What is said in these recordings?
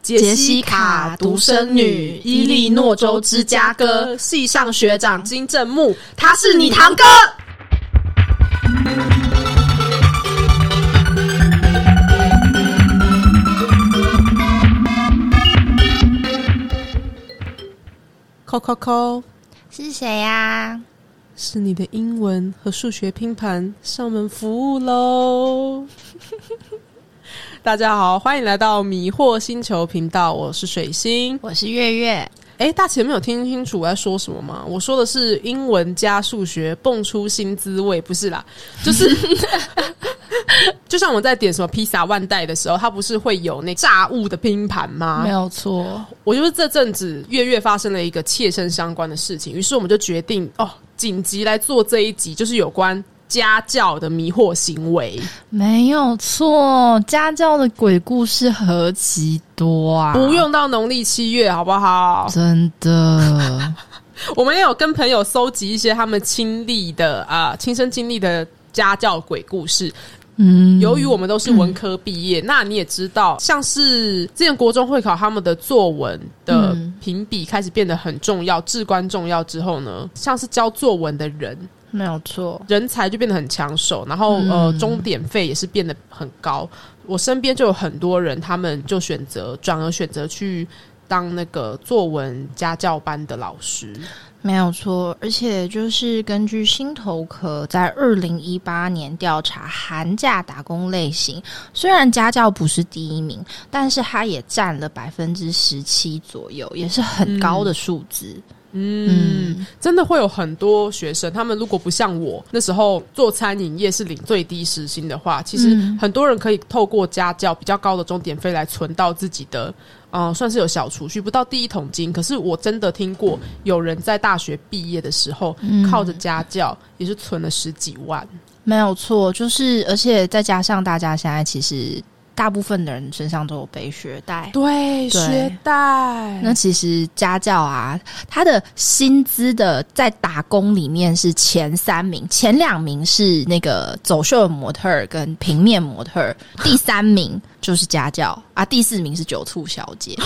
杰西卡独生女，伊利诺州芝加哥系上学长金正木，他是你堂哥。扣扣扣，是谁啊呀、是你的英文和数学拼盘上门服务 喽！大家好，欢迎来到迷惑星球频道，我是水星。我是月月。哎，大前面有听清楚我在说什么吗？我说的是英文加数学蹦出新滋味，不是啦，就是 就像我在点什么披萨万代的时候，它不是会有那炸物的拼盘吗？有错，我就是这阵子月月发生了一个切身相关的事情，于是我们就决定哦，紧急来做这一集，就是有关。家教的迷惑行为，没有错，家教的鬼故事何其多啊！不，用到农历七月，好不好？真 的 我们也有跟朋友搜集一些他们亲历的啊、亲身经历的家教鬼故事。嗯，由于我们都是文科毕业，那你也知道，像是之前国中会考他们的作文的评比开始变得很重要、至关重要之后呢，像是教作文的人没有错。人才就变得很抢手，然后、呃，终点费也是变得很高。我身边就有很多人，他们就选择转而选择去当那个作文家教班的老师。没有错，而且就是根据新头壳在二零一八年调查寒假打工类型，虽然家教不是第一名，但是它也占了百分之十七左右，也是很高的数字。嗯，真的会有很多学生，他们如果不像我那时候做餐饮业是领最低时薪的话，其实很多人可以透过家教比较高的钟点费来存到自己的，呃，算是有小储蓄，不到第一桶金。可是我真的听过有人在大学毕业的时候，嗯靠着家教也是存了十几万。没有错，就是而且再加上大家现在其实大部分的人身上都有背学贷。对，学贷那其实家教啊，他的薪资的在打工里面是前三名，前两名是那个走秀的模特儿跟平面模特儿，第三名就是家教啊，第四名是酒醋小姐。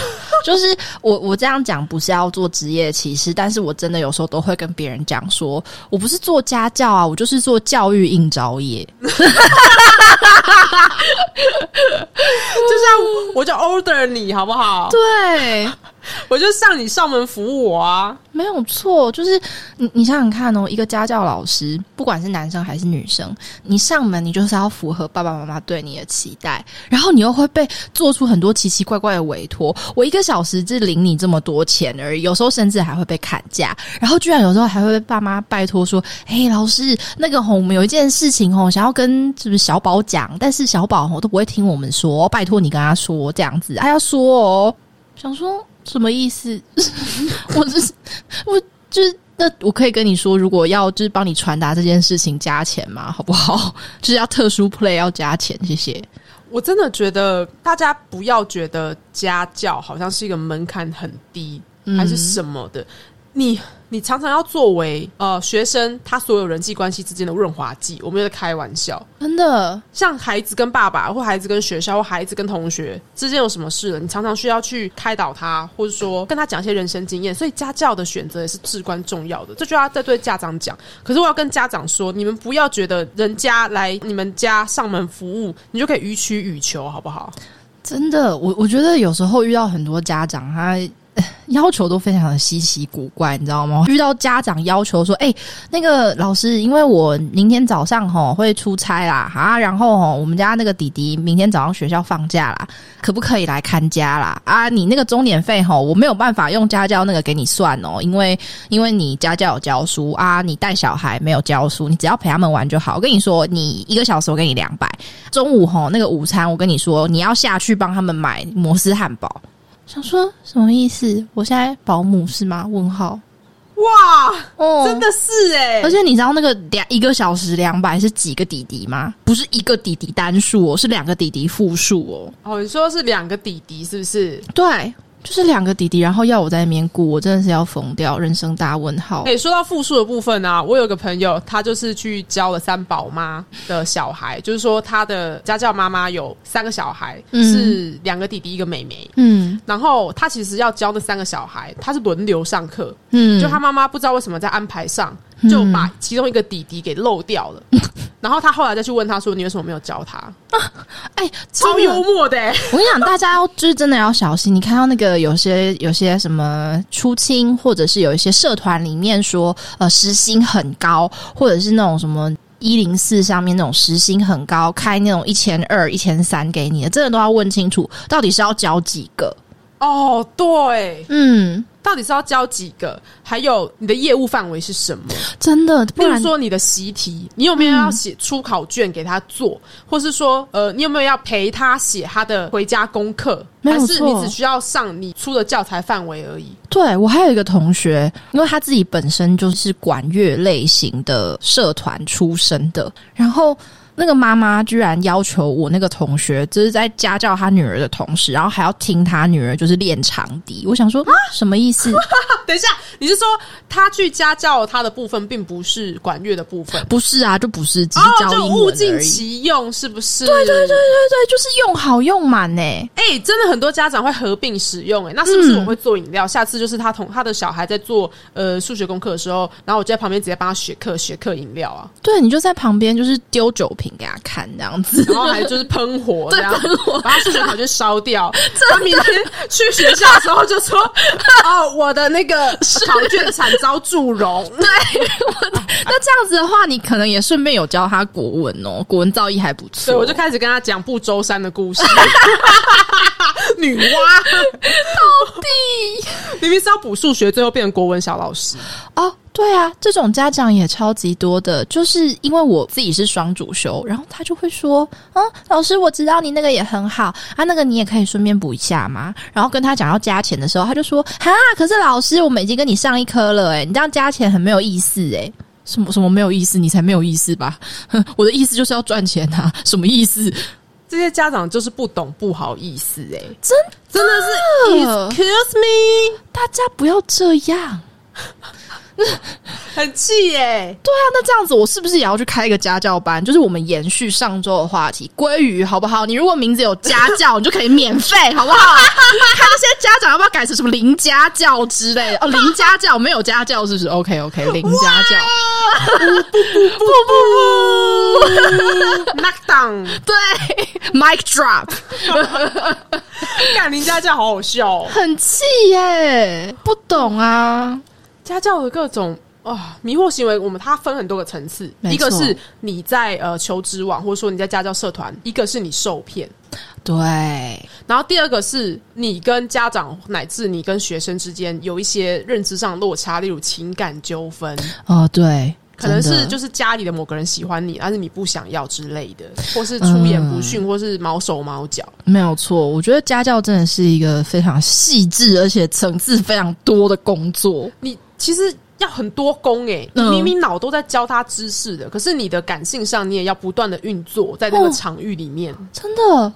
就是我我这样讲不是要做职业歧视，但是我真的有时候都会跟别人讲说，我不是做家教啊，我就是做教育应招业。 就像我就 order 你好不好？对，我就上你上门服务我啊。没有错，就是你你想想看哦，一个家教老师，不管是男生还是女生，你上门你就是要符合爸爸妈妈对你的期待，然后你又会被做出很多奇奇怪怪的委托。我一个小时只领你这么多钱而已，有时候甚至还会被砍价，然后居然有时候还会被爸妈拜托说：“嘿，老师，那个吼，我们有一件事情吼，想要跟是不是小宝讲，但是小宝吼都不会听我们说，拜托你跟他说这样子，他要说哦。”想说什么意思？ 我就是我就是那我可以跟你说，如果要就是帮你传达这件事情加钱嘛，好不好？ 就是要特殊 play 要加钱，谢谢。我真的觉得大家不要觉得家教好像是一个门槛很低，还是什么的。你你常常要作为呃学生他所有人际关系之间的润滑剂，我们有在开玩笑。真的，像孩子跟爸爸，或孩子跟学校，或孩子跟同学之间有什么事了，你常常需要去开导他，或者说跟他讲一些人生经验，所以家教的选择也是至关重要的。这就要再对家长讲。可是我要跟家长说，你们不要觉得人家来你们家上门服务，你就可以予取予求，好不好？真的，我我觉得有时候遇到很多家长，他 呃要求都非常的稀奇古怪，你知道吗？遇到家长要求说：“哎、那个老师，因为我明天早上吼会出差啦，啊，然后吼我们家那个弟弟明天早上学校放假啦，可不可以来看家啦？啊，你那个钟点费吼，我没有办法用家教那个给你算哦，因为因为你家教有教书啊，你带小孩没有教书，你只要陪他们玩就好。我跟你说，你一个小时我给你两百，中午吼那个午餐我跟你说，你要下去帮他们买摩斯汉堡。想说什么意思？我现在保姆是吗？问号哇，哦真。的是哎、而且你知道那个两一个小时两百是几个弟弟吗？不是一个弟弟单数哦，是两个弟弟复数哦。哦，你说是两个弟弟是不是？对就是两个弟弟，然后要我在那边顾，我真的是要疯掉，人生大问号。哎、说到复数的部分啊，我有个朋友，他就是去教了三宝妈的小孩，就是说他的家教妈妈有三个小孩，嗯是两个弟弟一个妹妹。嗯然后他其实要教那三个小孩，他是轮流上课，嗯，就他妈妈不知道为什么在安排上就把其中一个弟弟给漏掉 了。然后他后来再去问他说：“你为什么没有教他？”哎，超真的幽默的、欸， 我跟你讲，大家要就是真的要小心。你看到那个有些有些什么出清，或者是有一些社团里面说呃时薪很高，或者是那种什么。一零四上面那种时薪很高，开那种一千二、一千三给你的，真的都要问清楚，到底是要交几个？哦，对，嗯，到底是要教几个？还有你的业务范围是什么？真的，比不如然说你的习题，你有没有要写出考卷给他做，嗯或是说，呃，你有没有要陪他写他的回家功课？没有还是你错只需要上你出的教材范围而已？ 对我还有一个同学，因为他自己本身就是管乐类型的社团出身的，然后那个妈妈居然要求我那个同学，就是在家教他女儿的同时，然后还要听他女儿就是练长笛。我想说，啊嗯什么意 思？等一下，你是说他去家教他的部分，并不是管乐的部分？不是啊，就不是，只哦是教，就英物文尽而已。其用，是不是？对对对。对对，就是用好用满欸呢、哎、真的很多家长会合并使用、哎，那是不是嗯我会做饮料？下次就是他同他的小孩在做呃数学功课的时候，然后我就在旁边直接帮他学课学课饮料啊，对，你就在旁边就是丢酒瓶给他看这样子。 然后还就是喷 火这对样，喷火把他数学考卷烧 掉。他明天去学校的时候就说：“ 哦，我的那 个考卷惨遭祝融。那这样子的话，你可能也顺便有教他国文哦，国文造诣还不”错。 对，我就开始跟他讲不周山的故 事。女 娲地。 明明是要补数学，最后变成国文小老师。哦，对啊，这种家长也超级多的，就是因为我自己是双主修，然后他就会说，嗯，老师，我知道你那个也很好啊，那个你也可以顺便补一下嘛。然后跟他讲要加钱的时候，他就说，哈，可是老师，我们已经跟你上一科了、欸，你这样加钱很没有意思、欸，什么什么没有意思？你才没有意思吧？ 哼我的意思就是要赚钱啊，什么意思？这些家长就是不懂，不好意思哎、真真的是 excuse me，大家不要这样。 很气欸耶、对啊，那这样子我是不是也要去开一个家教班？就是我们延续上周的话题，鲑鱼好不好？你如果名字有家教，你就可以免费，好不好？看那些家长要不要改成什么零家教之类的？哦，零家教没有家教是不是？OK OK，零家教，不不不 不 knock down，对，mic drop，干林家教好好笑、哦，很气耶，不懂啊，家教的各种。啊、迷惑行为，我们它分很多个层次，没错一个是你在呃求职网或者说你在家教社团，一个是你受骗，对，然后第二个是你跟家长乃至你跟学生之间有一些认知上的落差，例如情感纠纷，哦对，可能真是的就是家里的某个人喜欢你，但是你不想要之类的，或是出言不逊，嗯或是毛手毛脚。没有错，我觉得家教真的是一个非常细致而且层次非常多的工作。你其实要很多功诶、你嗯明明脑都在教他知识的，可是你的感性上你也要不断的运作在那个哦场域里面。真的，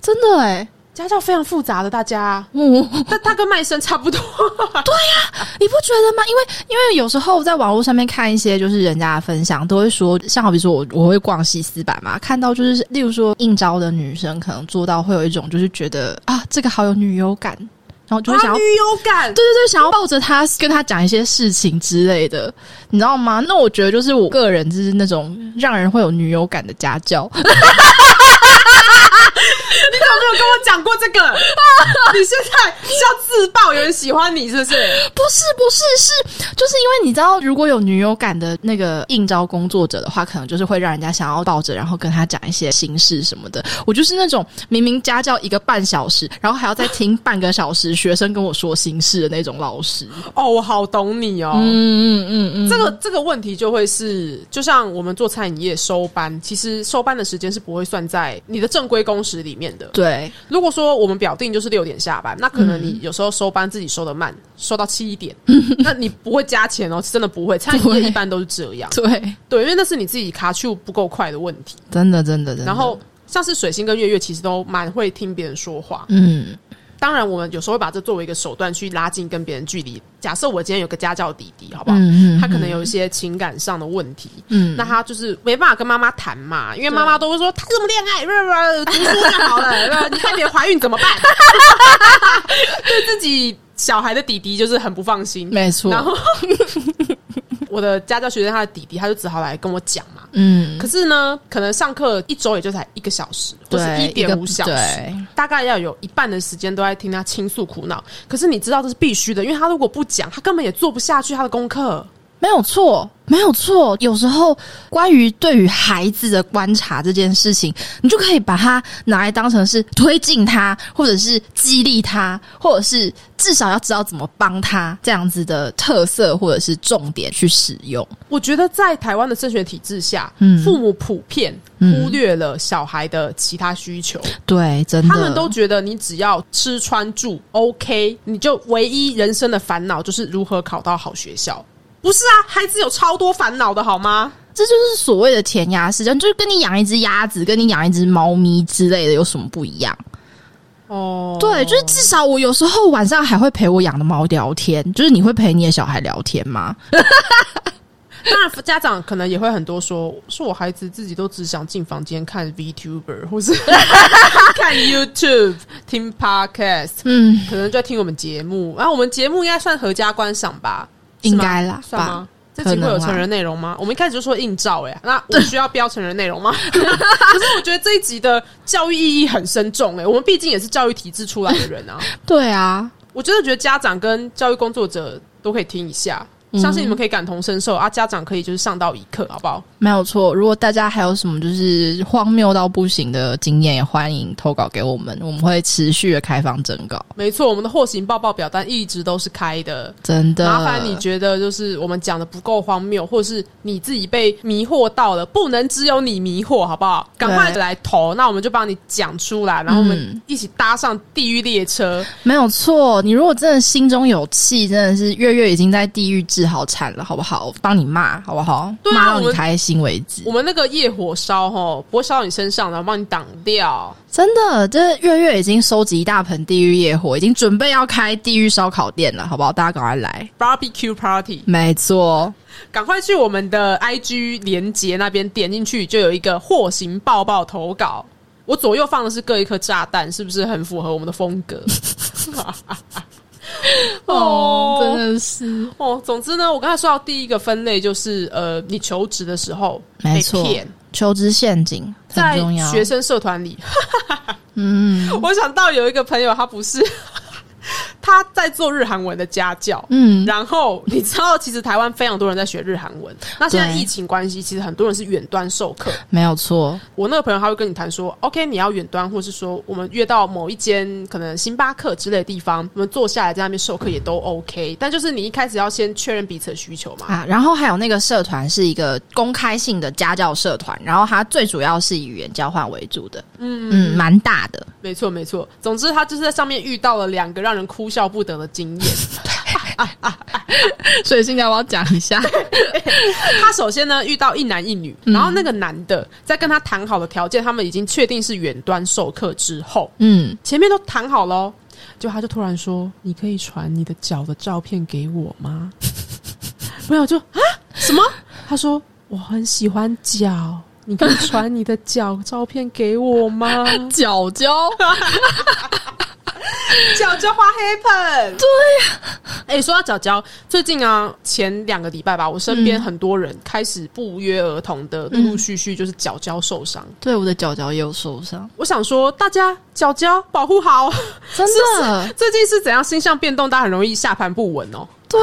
真的哎、家教非常复杂的，大 家，嗯，但它跟卖身差不多。你不觉得吗？因为因为有时候在网络上面看一些就是人家的分享，都会说，像好比说我我会逛西斯版嘛，看到就是例如说应招的女生可能做到会有一种就是觉得啊这个好有女友感，然后就会想要、啊女友感，对对对，想要抱着他跟他讲一些事情之类的，你知道吗？那我觉得就是我个人就是那种让人会有女友感的家教，你怎么没有跟我讲过 这个？你现在是要自爆有人喜欢你是 不是？不是不是是，就是因为你知道，如果有女友感的那个应招工作者的话，可能就是会让人家想要抱着，然后跟他讲一些心事什么的。我就是那种明明家教一个半小时，然后还要再听半个小时学生跟我说心事的那种老师。哦，我好懂你哦。嗯嗯嗯嗯，这个这个问题就会是，就像我们做餐饮业收班，其实收班的时间是不会算在你的正规工时里面的。对如果说我们表定就是六点下班，那可能嗯你有时候收班自己收的慢，收到七 点，那你不会加钱哦，真的不会。餐饮业对一般都是这样，对，对，因为那是你自己卡去不够快的问题。真的真的真的。然后像是水星跟月月，其实都蛮会听别人说话，嗯，当然，我们有时候会把这作为一个手段去拉近跟别人距离。假设我今天有个家教弟弟，好不好？嗯嗯他可能有一些情感上的问题，嗯那他就是没办法跟妈妈谈嘛，因为妈妈都会说谈什么恋爱， 不不不，读书就好了，你看你怀孕怎么办？ 对自己小孩的弟弟就是很不放心，没错然后 我的家教学生他的弟弟，他就只好来跟我讲嘛。嗯，可是呢，可能上课一周也就才一个小时，或是对一点五个小时，对大概要有一半的时间都在听他倾诉苦恼。可是你知道这是必须的，因为他如果不讲，他根本也做不下去他的功课。没有错，没有错。有时候关于对于孩子的观察这件事情，你就可以把它拿来当成是推进他，或者是激励他，或者是至少要知道怎么帮他这样子的特色或者是重点去使用。我觉得在台湾的升学体制下，嗯父母普遍嗯忽略了小孩的其他需求，对，真的，他们都觉得你只要吃穿住 OK，你就唯一人生的烦恼就是如何考到好学校。不是啊，孩子有超多烦恼的好吗？这就是所谓的填鸭式，就是跟你养一只鸭子，跟你养一只猫咪之类的有什么不一样？哦，对，就是至少我有时候晚上还会陪我养的猫聊天，就是你会陪你的小孩聊天吗？当然，家长可能也会很多说，说我孩子自己都只想进房间看 VTuber 或是 看 YouTube、听 Podcast，嗯，可能就在听我们节目。啊然、后我们节目应该算合家观赏吧？是应吗该啦算吧吗？这集会可能有啦成人内容吗？我们一开始就说硬照 哎、那我需要标成人内容吗？可是我觉得这一集的教育意义很深重哎、我们毕竟也是教育体制出来的 人啊。对啊，我真的觉得家长跟教育工作者都可以听一下，嗯相信你们可以感同身受啊。家长可以就是上到一课，好不好？没有错。如果大家还有什么就是荒谬到不行的经验，也欢迎投稿给我们，我们会持续的开放征稿。没错，我们的获刑报报表单一直都是开的。真的，麻烦你觉得就是我们讲的不够荒谬，或者是你自己被迷惑到了，不能只有你迷惑，好不好？赶快对嗯来投，那我们就帮你讲出来，然后我们一起搭上地狱列车。没有错。你如果真的心中有气，真的是月月已经在地狱治好产了，好不好？我帮你骂，好不好？对啊骂到我你们开心为止我。们那个业火烧吼，不会烧到你身上，然后帮你挡掉。真的，这月月已经收集一大盆地狱野火，已经准备要开地狱烧烤店了，好不好？大家赶快来！ Barbecue Party，没错，赶快去我们的 IG 连接那边点进去，就有一个获刑报报投稿。我左右放的是各一颗炸弹，是不是很符合我们的风格？ 哦真的是哦，总之呢，我刚才说到第一个分类就是呃，你求职的时候没被错骗，求职陷阱很在重要。学生社团里，嗯我想到有一个朋友，他不是 他在做日韩文的家教。嗯，然后你知道，其实台湾非常多人在学日韩文。那现在对疫情关系，其实很多人是远端授课。没有错，我那个朋友他会跟你谈说，OK，你要远端，或是说我们约到某一间可能星巴克之类的地方，我们坐下来在那边授课也都 OK。但就是你一开始要先确认彼此的需求嘛。啊，然后还有那个社团是一个公开性的家教社团，然后它最主要是以语言交换为主的，嗯嗯，蛮大的。没错，没错。总之，他就是在上面遇到了两个让人哭笑不得的经验。 所以现在我要讲一下，他首先呢遇到一男一女，然后那个男的在跟他谈好的条件，他们已经确定是远端授课之后，嗯，前面都谈好了、哦，就他就突然说：“你可以传你的脚的照片给我吗？” 没有，就啊什么？他说：“我很喜欢脚，你可以传你的脚照片给我吗脚教，？”脚脚花黑粉，对呀、哎、说到脚脚，最近啊，前两个礼拜吧，我身嗯边很多人开始不约而同的，陆陆续续就是脚脚受伤。对，我的脚脚也有受伤，我想说，大家脚脚保护好。 真的，最近是怎样心象变动，大家很容易下盘不稳哦。对，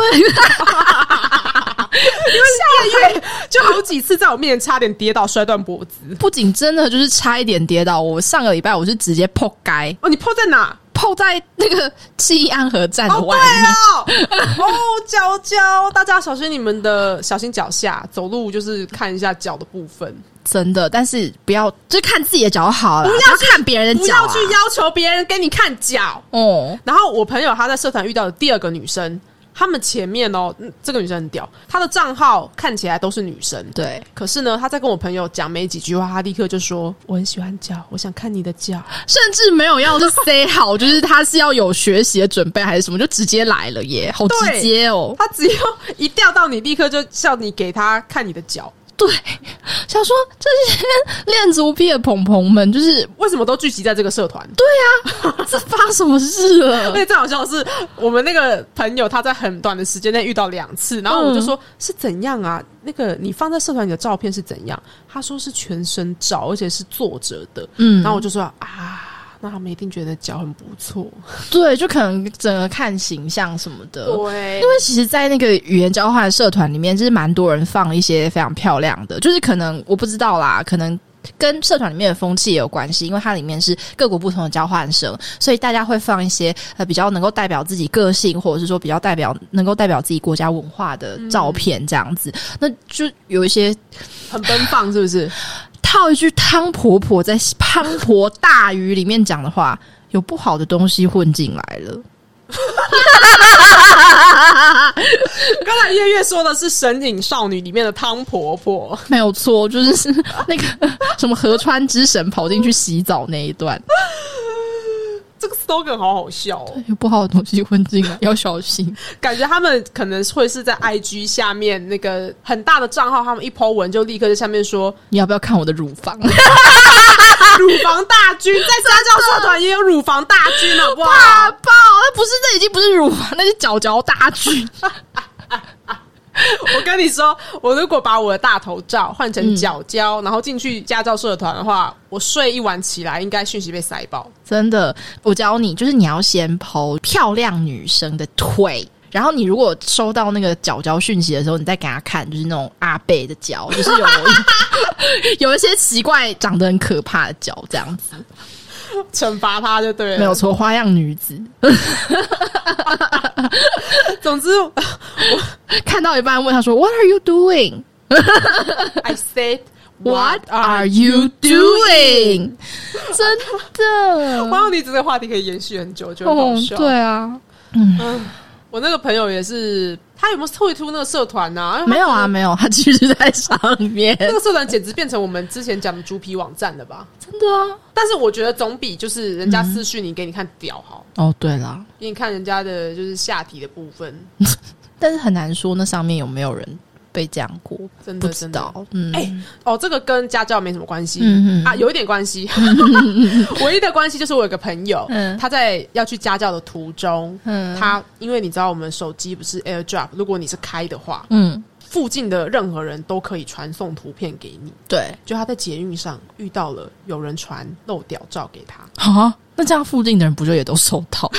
就好几次在我面前差点跌倒摔断脖子。不仅真的就是差一点跌倒，我上个礼拜我是直接破街，哦，你破在哪？破在那个七安河站的哦，外面。对哦，哦，脚脚，大家小心你们的，小心脚下，走路就是看一下脚的部分，真的，但是不要就看自己的脚好了，不要看别人的不脚、要啊，去要求别人给你看脚。哦，然后我朋友她在社团遇到的第二个女生，他们前面哦，嗯这个女生很屌，她的账号看起来都是女生，对，可是呢，她在跟我朋友讲没几句话，她立刻就说：“我很喜欢脚，我想看你的脚。甚至没有要 say 好，就是他是要有学习的准备还是什么，就直接来了耶，好直对接哦”。她只要一钓到你，立刻就叫你给她看你的脚。对，想说这些恋足癖的朋朋们，就是为什么都聚集在这个社团？这 发什么事了而？且最好笑的是，我们那个朋友他在很短的时间内遇到两次，然后我就说、是怎样啊？那个你放在社团里的照片是怎样？他说是全身照，而且是坐着的。嗯，然后我就说啊，那他们一定觉得脚很不错。对，就可能整个看形象什么的。对因为其实，在那个语言交换社团里面，就是蛮多人放一些呃非常漂亮的，就是可能我不知道啦，可能。跟社团里面的风气也有关系，因为它里面是各国不同的交换生，所以大家会放一些呃比较能够代表自己个性，或者是说比较代表能够代表自己国家文化的呃照片这样子。那就有一些很奔放，是不是？套一句汤婆婆在《滂沱大雨》里面讲的话，有不好的东西混进来了。刚才月月说的是《神隐少女》里面的汤婆婆，没有错，就是 那个什么河川之神跑进去洗澡那一段，这个 slogan 好好笑哦，哎有不好的东西混进来，要小心。感觉他们可能会是在 IG 下面那个很大的账号，他们一 po 文就立刻在下面说你要不要看我的乳房？ 乳房大军，在家教社团也有乳房大军，好 不大好？爆！那不是，那已经不是乳房，那是脚脚大军。我跟你说，我如果把我的大头照换成脚胶，然后进去家教社团的话，我睡一晚起来，应该讯息被塞爆。真的，我教你，就是你要先剖漂亮女生的腿。然后你如果收到那个脚脚讯息的时候，你再给他看，就是那种阿贝的脚，就是 有有一些奇怪、长得很可怕的脚，这样子惩罚他就对了，没有错，花样女子。总之看到一半问他说：“What are you doing? ，I said What are you doing?” 真的，哇，你这个话题可以延续很久，就很好哦，笑。嗯对啊，我那个朋友也是，他有没有退出那个社团呢、啊？因为他没有啊，没有，他其实在上面，那个社团简直变成我们之前讲的猪皮网站了吧？ 真的啊。但是我觉得总比就是人家私讯你给你看屌好，哦，对啦，给你看人家的就是下体的部分，但是很难说那上面有没有人被这样过，真不的知真的。道。嗯，哎、哦，这个跟家教没什么关系，嗯嗯啊，有一点关 系。唯一的关系就是我有个朋友，嗯他在要去家教的途中，嗯他因为你知道我们手机不是 AirDrop，如果你是开的话，嗯，附近的任何人都可以传送图片给你。对就他在捷运上遇到了有人传漏屌照给他，啊，那这样附近的人不就也都收到？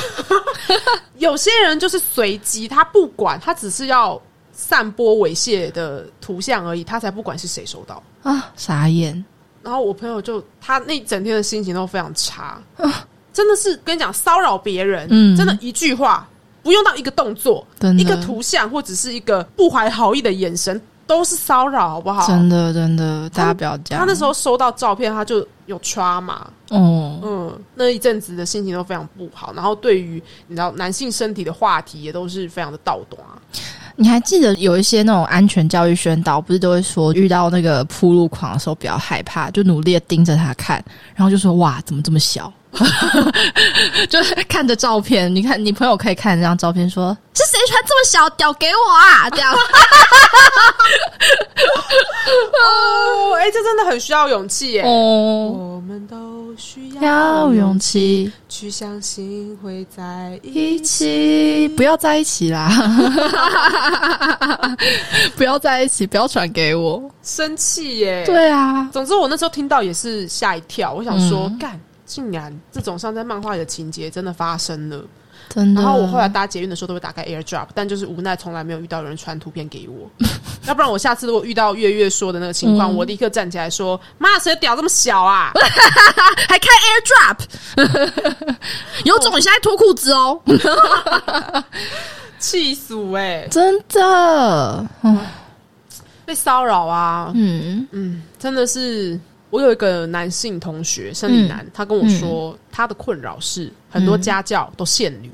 有些人就是随机，他不管，他只是要散播猥亵的图像而已，他才不管是谁收到。啊， 傻眼！然后我朋友就他那一整天的心情都非常 差，真的是跟你讲骚扰别人，嗯真的一句话不用到一个动作真，的一个图像或者是一个不怀好意的眼神都是骚扰，好不好？真的，真的，大家不要这样。他那时候收到照片，他就有 trauma，哦，嗯，那一阵子的心情都非常不好，然后对于你知道男性身体的话题也都是非常的倒懂啊。你还记得有一些那种安全教育宣导，不是都会说遇到那个铺路狂的时候不要害怕，就努力的盯着他看，然后就说哇，怎么这么小？ 就是看着照片，你看你朋友可以看这张照片说，是谁穿这么小屌给我啊？这 样哦，哎、这真的很需要勇气耶。啊哦，我们都需要要勇勇气，去相信会在一一起。起不要在一 起啦，不要在一起，不要传给我。生气耶。，对啊，总之我那时候听到也是吓一跳，我想说，嗯干、竟然这种像在漫画里的情节真的发生了。真的。然后我后来搭捷运的时候都会打开 AirDrop，但就是无奈从来没有遇到有人传图片给我。 要不然我下次如果遇到月月说的那个情况，嗯我立刻站起来说：“妈，谁的屌这么小啊还开 AirDrop，有 种你现在脱裤子哦！！”气死哎、真的，被骚扰啊！嗯嗯，真的是。我有一个男性同学，生理男，他跟我说、他的困扰是很多家教都限女，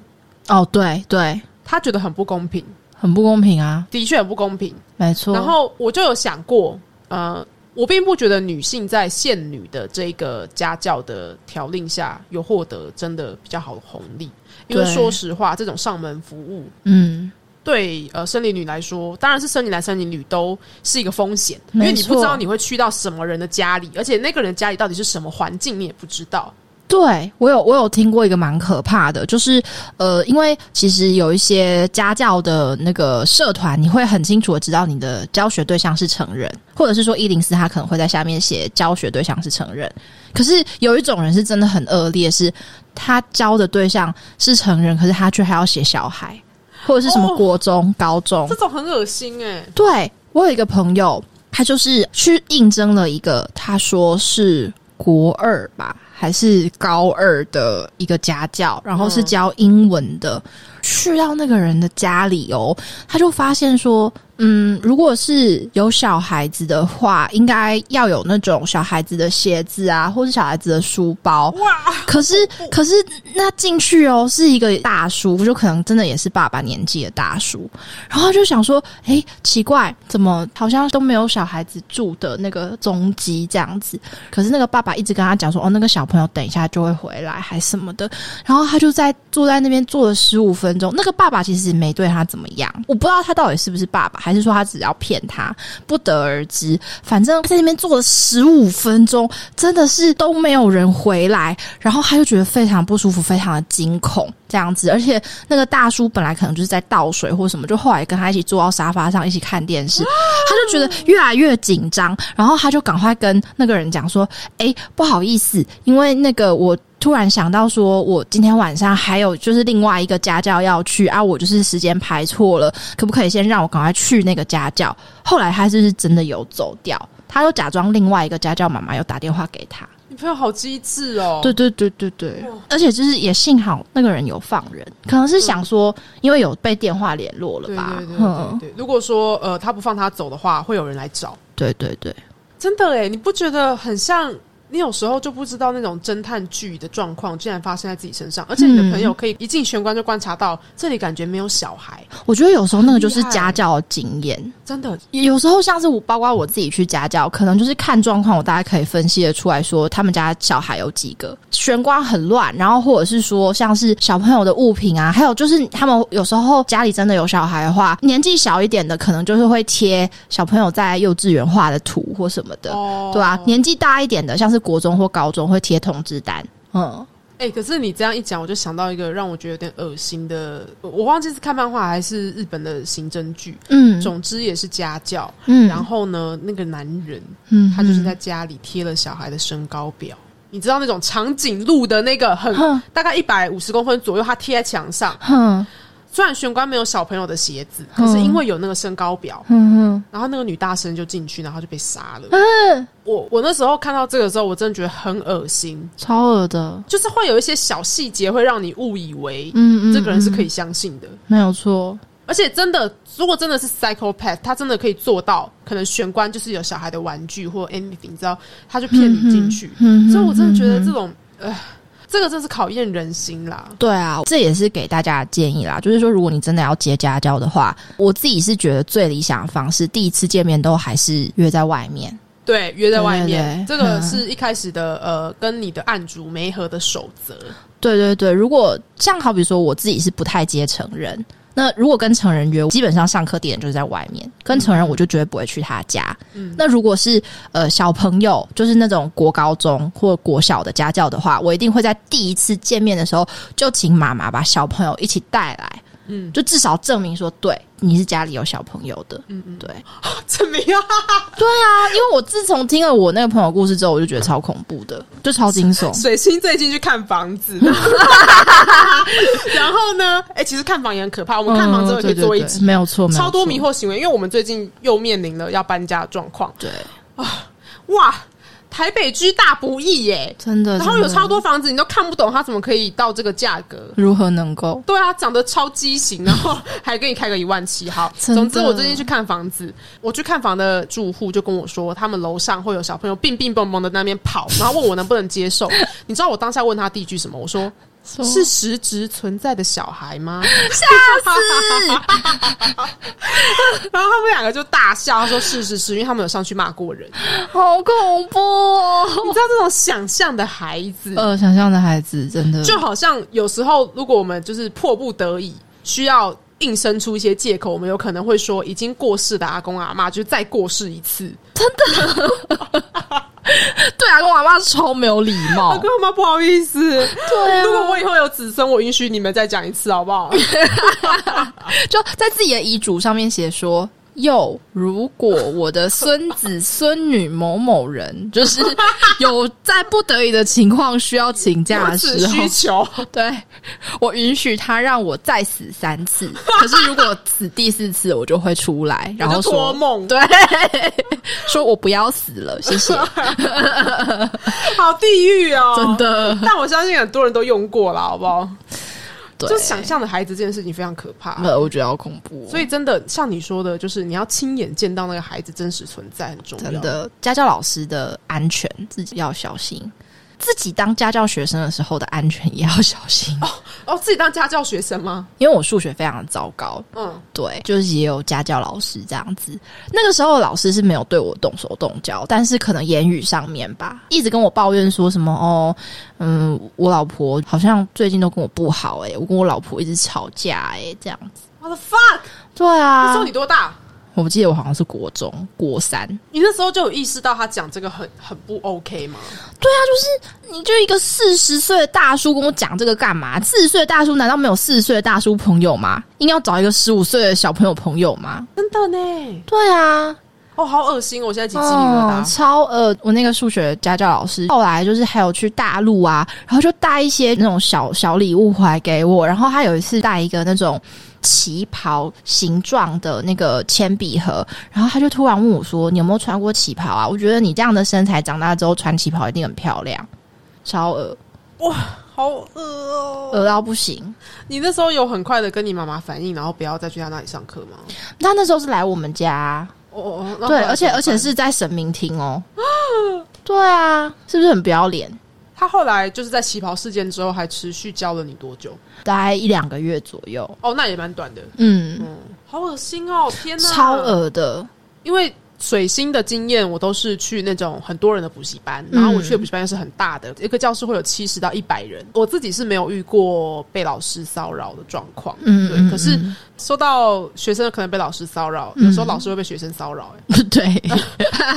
哦，对对，他觉得很不公平。很不公平啊，的确很不公平。没错。然后我就有想过，呃，我并不觉得女性在现女的这个家教的条令下有获得真的比较好的红利，因为对说实话，这种上门服务嗯，对呃生理女来说，当然是生理男、生理女都是一个风险，因为没你不知错道你会去到什么人的家里，而且那个人家里到底是什么环境，你也不知道。对我有我有听过一个蛮可怕的，就是呃，因为其实有一些家教的那个社团，你会很清楚的知道你的教学对象是成人，或者是说一零四他可能会在下面写教学对象是成人。可是有一种人是真的很恶劣，是他教的对象是成人，可是他却还要写小孩，或者是什么哦国中、高中这，种很恶心哎、对我有一个朋友，他就是去应征了一个，他说是国二吧，还是高二的一个家教，然后是嗯教英文的。去到那个人的家里哦，他就发现说，嗯，如果是有小孩子的话，应该要有那种小孩子的鞋子啊，或是小孩子的书包。哇，可是，可是那进去哦，是一个大叔，就可能真的也是爸爸年纪的大叔。然后就想说，诶，奇怪，怎么好像都没有小孩子住的那个踪迹这样子？可是那个爸爸一直跟他讲说，哦，那个小朋友等一下就会回来，还什么的。然后他就在坐在那边坐了十五分钟。那个爸爸其实没对他怎么样，我不知道他到底是不是爸爸，还是说他只要骗他，不得而知。反正在那边坐了十五分钟，真的是都没有人回来，然后他就觉得非常不舒服，非常的惊恐这样子。而且那个大叔本来可能就是在倒水或什么，就后来跟他一起坐到沙发上一起看电视，他就觉得越来越紧张，然后他就赶快跟那个人讲说：“哎、不好意思，因为那个我。”突然想到说，我今天晚上还有就是另外一个家教要去啊，我就是时间排错了，可不可以先让我赶快去那个家教？后来他就是真的有走掉，他又假装另外一个家教妈妈又打电话给他，你朋友好机智哦。对对对对对哇，而且就是也幸好那个人有放人，可能是想说，因为有被电话联络了对吧对对，对嗯，对，如果说呃他不放他走的话，会有人来找。对对对，真的哎，你不觉得很像？你有时候就不知道那种侦探剧的状况竟然发生在自己身上，而且你的嗯朋友可以一进玄关就观察到，这里感觉没有小孩， 我觉得有时候那个就是很厉害家教的经验，真的有时候像是我，包括我自己去家教，可能就是看状况，我大概可以分析的出来说，他们家小孩有几个玄关很乱，然后或者是说像是小朋友的物品啊，还有就是他们有时候家里真的有小孩的话，年纪小一点的可能就是会贴小朋友在幼稚园画的图或什么的，哦对啊，年纪大一点的，像是国中或高中会贴通知单，嗯，哎、可是你这样一讲，我就想到一个让我觉得有点恶心的，我我忘记是看漫画还是日本的刑侦剧，嗯总之也是家教。嗯然后呢，那个男人嗯他就是在家里贴了小孩的身高表，你知道那种长颈鹿的那个很哼大概一百五十公分左右，他贴在墙上。哼虽然玄关没有小朋友的鞋子，嗯可是因为有那个身高表，哼哼，然后那个女大生就进去，然后就被杀了。嗯我我那时候看到这个时候，我真的觉得很恶心，超恶的，就是会有一些小细节会让你误以为嗯嗯，这个人是可以，以相信的。没有错，而且真的，如果真的是 psychopath，他真的可以做到，可能玄关就是有小孩的玩具或 anything，你知道，他就骗你进去。嗯所以我真的觉得这种，呃，这个真是考验人心啦。对啊，这也是给大家的建议啦。就是说，如果你真的要接家教的话，我自己是觉得最理想的方式，第一次见面都还是约在外面。对，约在外面，这对对对个嗯是一开始的呃，跟你的案主没合的守则。 对对对，如果像好比说我自己是不太接成人，那如果跟成人约，基本上上课地点就是在外面，跟成人我就绝对不会去他家。嗯那如果是呃小朋友，就是那种国高中或国小的家教的话，我一定会在第一次见面的时候就请妈妈把小朋友一起带来，嗯就至少证明说对你是家里有小朋友的。嗯嗯，对，怎么样？啊，因为我自从听了我那个朋友故事之后，我就觉得超恐怖的，就超惊悚。水星最近去看房 子，然后呢，哎、其实看房也很可 怕。我们看房之后也可以嗯对对做一对集，没有错，没有超多错迷。惑行为，因为我们最近又面临了要搬家的状况。对，哇，台北居大不易耶！真的。然后真的有超多房子，你都看不懂它怎么可以到这个价格。如何能够？对啊，长得超畸形，然后还给你开个一万七，好。 真的总之，我最近去看房子，我去看房的住户就跟我说，他们楼上会有 小朋友病病蹦蹦的在那边跑，然后问我能不能接受。你知道我当下问他第一句什么？我说是实质存在的小孩吗？ 然后他们两个就大笑，他说是是是，因为他们有上去骂过人。好恐怖、哦！你知道这种想象的孩子，呃，想象的孩子真的嗯就好像有时候如果我们就是迫不得已需要。硬生出一些借口，我们有可能会说已经过世的阿公阿妈，就是再过世一次。对啊，跟我阿妈超没有礼哦阿貌公。阿妈不好意思，对如果我以后有子孙，我允许你们再讲一次，好不 好？ 就在自己的遗嘱上面写说。又，如果我的孙子孙女某某人， 就是有在不得已的情况需要请假的 有此时候需，求， 对我允许他让我再死三次。可是如果死第四次，我就会出来，然后我就托说梦，对， 说我不要死了，谢谢。好地狱哦，真。的，但我相信很多人都用过了，好不好？对，就想象的孩子这件事情非常可怕。呃，我觉得好恐怖。所以真的像你说的，就是你要亲眼见到那个孩子真实存在很重要。真，的，家教老师的安全自己要小心，自己当家教学生的时候的安全也要小心。哦，自己当家教学生吗？因为我数学非常的糟糕，嗯，对，就是也有家教老师这样子。那个时候老师是没有对我动手动脚，但是可能言语上面吧，一直跟我抱怨说什么哦，嗯，我老婆好像最近都跟我不好、欸，诶，我跟我老婆一直吵架、欸，诶，这样子。我的 fuck！对那啊时候，你多大？我记得我好像是国中国三，你那时候就有意识到他讲这个很很不 OK 吗？你就一个四十岁的大叔跟我讲这个干嘛？四十岁的大叔难道没有四十岁的大叔朋友吗？硬要找一个十五岁的小朋友朋友吗？真的呢，对啊，哦，好恶心哦！我现在起鸡皮疙哦瘩。超恶！我那个数学家教老师后来就是还有去大陆啊，然后就带一些那种小小礼物回来给我，然后他有一次带一个那种。旗袍形状的那个铅笔盒，然后他就突然问我说：“你有没有穿过旗袍啊？我觉得你这样的身材，长大之后穿旗袍一定很漂亮，超恶好恶哦！恶到不行。”你那时候有很快的跟你妈妈反应，然后不要再去他那里上课吗？他那时候是来我们家，啊哦哦，那后对，来而且怎么而且办是在神明厅哦。 对啊，是不是很不要脸？他后来就是在旗袍事件之后，还持续教了你多久？大概一两个月左右，哦，那也蛮短的。嗯，嗯，好恶心哦！天哪，超！恶的，因为水星的经验，我都是去那种很多人的补习班，然后我去的补习班又是很大的，一个教室会有七十到一百人。我自己是没有遇过被老师骚扰的状况。嗯，对，可是说到学生可能被老师骚扰，有嗯时候老师会被学生骚扰、 欸 对，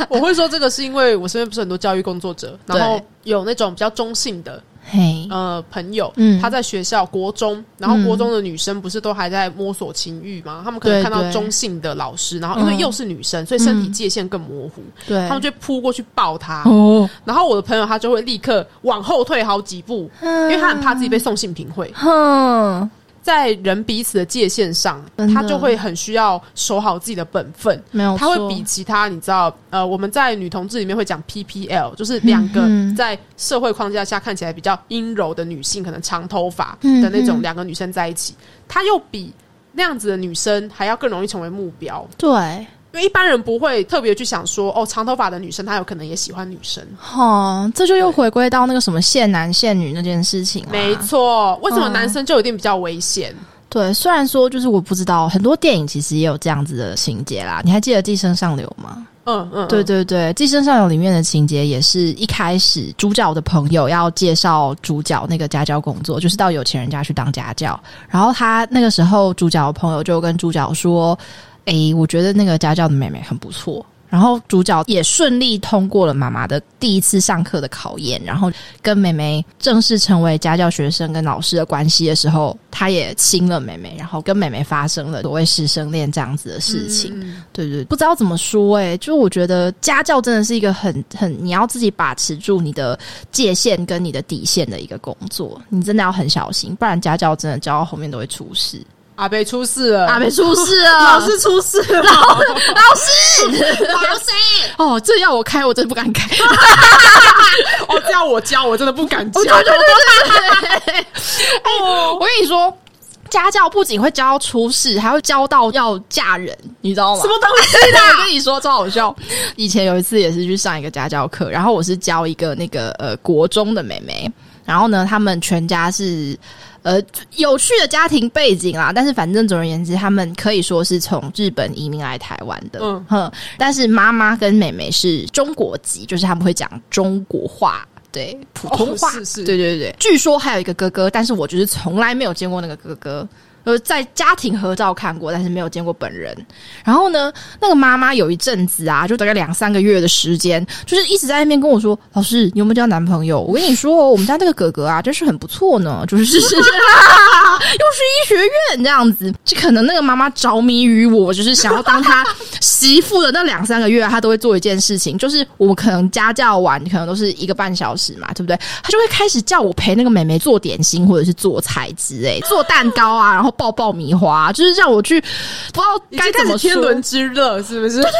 我会说这个是因为我身边不是很多教育工作者，然后对有那种比较中性的嘿，呃朋友，嗯她在学校国中，然后国中的女生不是都还在摸索情欲吗？她们可能对看到对中性的老师，然后因为嗯又是女生，所以身体界限更模糊，对，她们就扑过去抱他。哦，然后我的朋友他就会立刻往后退好几步，因因为他很怕自己被送性平会。哼，在人彼此的界限上，真的他就会很需要守好自己的本分。没有错，他会比其他，你知道，呃，我们在女同志里面会讲 PPL，就是两个嗯嗯在社会框架下看起来比较阴柔的女性，可能长头发嗯的那种嗯两个女生在一起，她又比那样子的女生还要更容易成为目标，对，因为一般人不会特别去想说，哦，长头发的女生她有可能也喜欢女生。哦，这就又回归到那个什么限男限女那件事情啦啊没错，为什么嗯男生就一定比较危险？对，虽然说就是我不知道，很多电影其实也有这样子的情节啦。你还记得《寄生上流》吗？嗯嗯，对对对，《寄生上流》里面的情节也是一开始主角的朋友要介绍主角那个家教工作，就是到有钱人家去当家教。然后他那个时候主角的朋友就跟主角说：“诶，我觉得那个家教的妹妹很不错。”然后主角也顺利通过了妈妈的第一次上课的考验，然后跟妹妹正式成为家教学生跟老师的关系的时候，他也亲了妹妹，然后跟妹妹发生了所谓师生恋这样子的事情。嗯。嗯对对，不知道怎么说哎、就我觉得家教真的是一个很很你要自己把持住你的界限跟你的底线的一个工作，你真的要很小心，不然家教真的教到后面都会出 事。阿贝出事了，啊，没出事老了，师出事了， 哦，这要我开我真的不 敢开，哦，这要我教，我真的不敢教。 哎我跟你说。家教不仅会教到出事，还会教到要嫁人，你知道吗？什么东西？ 我跟你 说，超好笑。以前有一次也是去上一个家教课，然后我是教一个那个呃国中的妹妹。然后呢，他们全家是呃有趣的家庭背景啦，但是反正总而言之，他们可以说是从日本移民来台湾的，嗯嗯哼，但是妈妈跟妹妹是中国籍，就是他们会讲中国话。对普通话，哦是是对对对。据说还有一个哥哥，但是我就是从来没有见过那个哥哥，呃，在家庭合照看过，但是没有见过本人。然后呢，那个妈妈有一阵子啊，就大概两三个月的时间，就是一直在那边跟我说：“老师，你有没有交男朋友？”我跟你说哦，我们家那个哥哥啊，真是很不错呢，就是 又是医学院这样子。这可能那个妈妈着迷于我，就是想要当她媳妇的那两三个月，她都会做一件事情，就是我们可能家教完，可能都是一个半小时嘛，对不对？她就会开始叫我陪那个妹妹做点心，或者是做菜之类，做蛋糕啊，然后爆爆米花、啊就是让我去不知已道该经怎开么始天说伦之乐是不是？对对，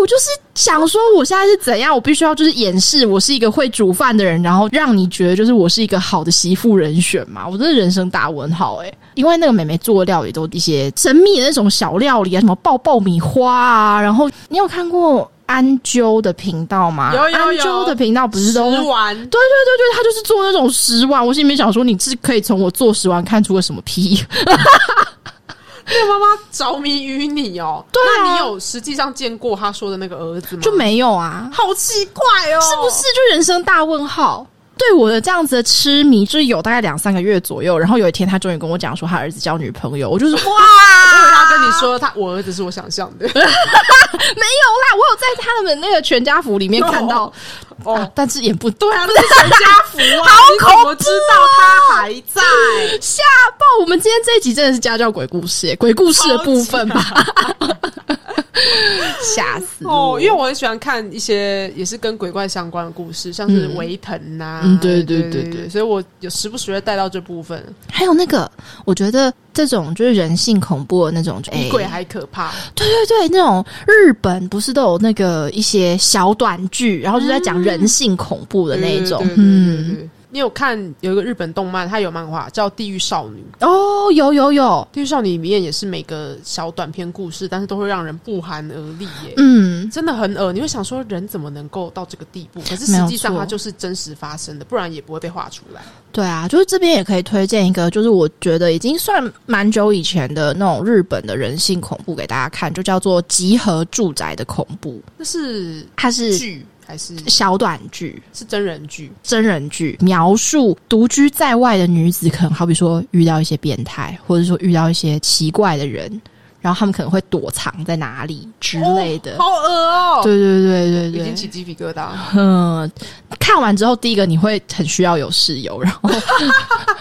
我就是想说我现在是怎样，我必须要就是掩饰我是一个会煮饭的人，然后让你觉得就是我是一个好的媳妇人选嘛。我真的人生大问号诶、因为那个妹妹做的料理都一些神秘的那种小料理啊，什么爆爆米花啊，然后你有看过安啾的频道吗？有有有安啾的频道不是食都会玩对对对对，他就是做那种十碗，我心里面想说，你是可以从我做十碗看出个什么屁？那个妈妈着迷于你哦。对啊那你有实际上见过她说的那个儿子吗？就，没有啊，好奇怪哦，是不是？就人生大问号？对我的这样子的痴迷，就是有大概两三个月左右。然后有一天，他终于跟我讲说，他儿子交女朋友。我就是哇，我以为他跟你说他我儿子是我想象 的没有啦，我有在他们那个全家福里面看到，哦啊，但是也不对对啊，那是全家福啊！好恐怖、我知道他还在？ 吓爆！我们今天这一集真的是家教鬼故事耶，鬼故事的部分吧， 吓死我！哦，因为我很喜欢看一些也是跟鬼怪相关的故事，像是嗯维腾呐，嗯对对对对对，对所以我有时不时会带到这部分，还有那个，我觉得这种就是人性恐怖的那种，比哎鬼还可怕。对对对，那种日本不是都有那个一些小短剧，然后就在讲人性恐怖的那一种对。对对对对嗯，对你有看有一个日本动漫，它有漫画叫《地狱少女》，《哦，有有有，地狱少女》里面也是每个小短篇故事，但是都会让人不寒而栗耶。嗯， 真的很恶，你会想说人怎么能够到这个地步？可是没实有际上错它就是真实发生的，不然也不会被画出来。对啊，就是这边也可以推荐一个，就是我觉得已经算蛮久以前的那种日本的人性恐怖给大家看，就叫做《集合住宅的恐怖》，那是它是剧还是小短剧。是真人剧？真人剧描述独居在外的女子，可能好比说遇到一些变态，或者说遇到一些奇怪的人，然后他们可能会躲藏在哪里之类的。好恶哦、对对对已对经对，起鸡皮疙瘩。嗯，看完之后，第一个你会很需要有室友，然后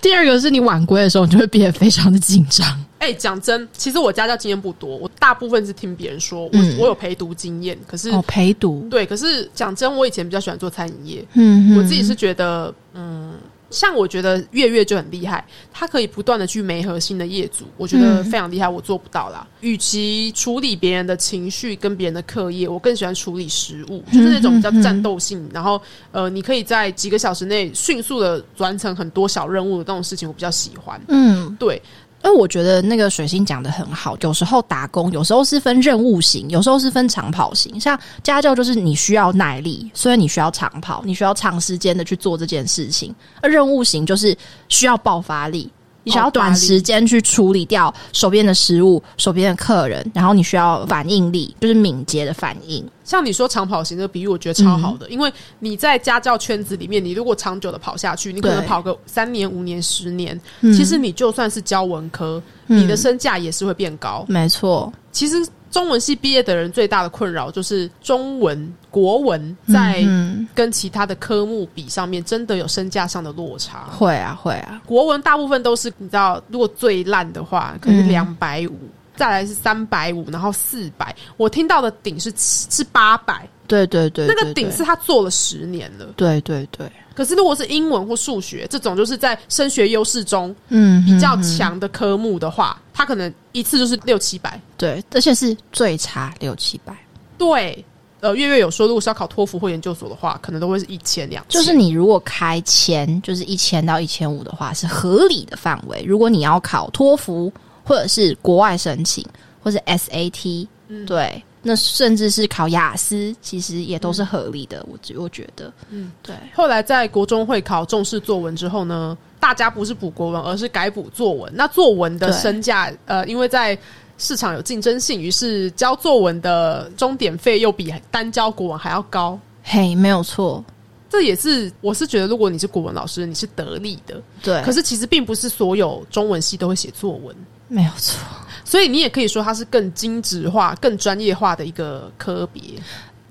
第二个是你晚归的时候，你就会变得非常的紧张。哎、讲真，其实我家教经验不多，我大部分是听别人说，我、嗯我有陪读经验，可是、哦，陪读，对，可是讲真，我以前比较喜欢做餐饮业，嗯我自己是觉得，嗯，像我觉得月月就很厉害，他可以不断的去媒合新的业主，我觉得嗯非常厉害，我做不到啦。与其处理别人的情绪跟别人的课业，我更喜欢处理食物，就是那种比较战斗性，然后呃，你可以在几个小时内迅速的完成很多小任务的那种事情，我比较喜欢。嗯。对，因为我觉得那个水星讲的很好，有时候打工，有时候是分任务型，有时候是分长跑型。像家教就是你需要耐力，所以你需要长跑，你需要长时间的去做这件事情；而任务型就是需要爆发力，你需要爆发力短时间去处理哦掉手边的食物、手边的客人，然后你需要反应力，就是敏捷的反应。像你说长跑型这个比喻，我觉得超好的，嗯因为你在家教圈子里面，你如果长久的跑下去，你可能对跑个三年、五年、十年，嗯其实你就算是教文科，你的身价也是会变高。没错，其实中文系毕业的人最大的困扰就是中文、国文在嗯跟其他的科目比上面，真的有身价上的落差。会啊会啊，国文大部分都是你知道，如果最烂的话，可嗯能两百五，再来是三百五，然后四百，我听到的顶是七是八百。对对对那对个顶对是他做了十年了。对对对，可是如果是英文或数学这种，就是在升学优势中嗯，比较嗯嗯强的科目的话，他可能一次就是六七百。对，而且是最差六七百。对，呃，月月有说，如果是要考托福或研究所的话，可能都会是一千两千。就是你如果开千，就是一千到一千五的话，是合理的范围。如果你嗯要考托福或者是国外申请或者 SAT，、对，那甚至是考雅思，其实也嗯都是合理的。我只我觉得，嗯，对，后来在国中会考重视作文之后呢，大家不是补国文，而是改补作文。那作文的对身价，呃，因为在市场有竞争性，于是教作文的终点费又比单教国文还要高。嘿，没有错，这也是我是觉得，如果你是国文老师，你是得力的。对，可是其实并不是所有中文系都会写作文，没有错。所以你也可以说它是更精致化、更专业化的一个科别。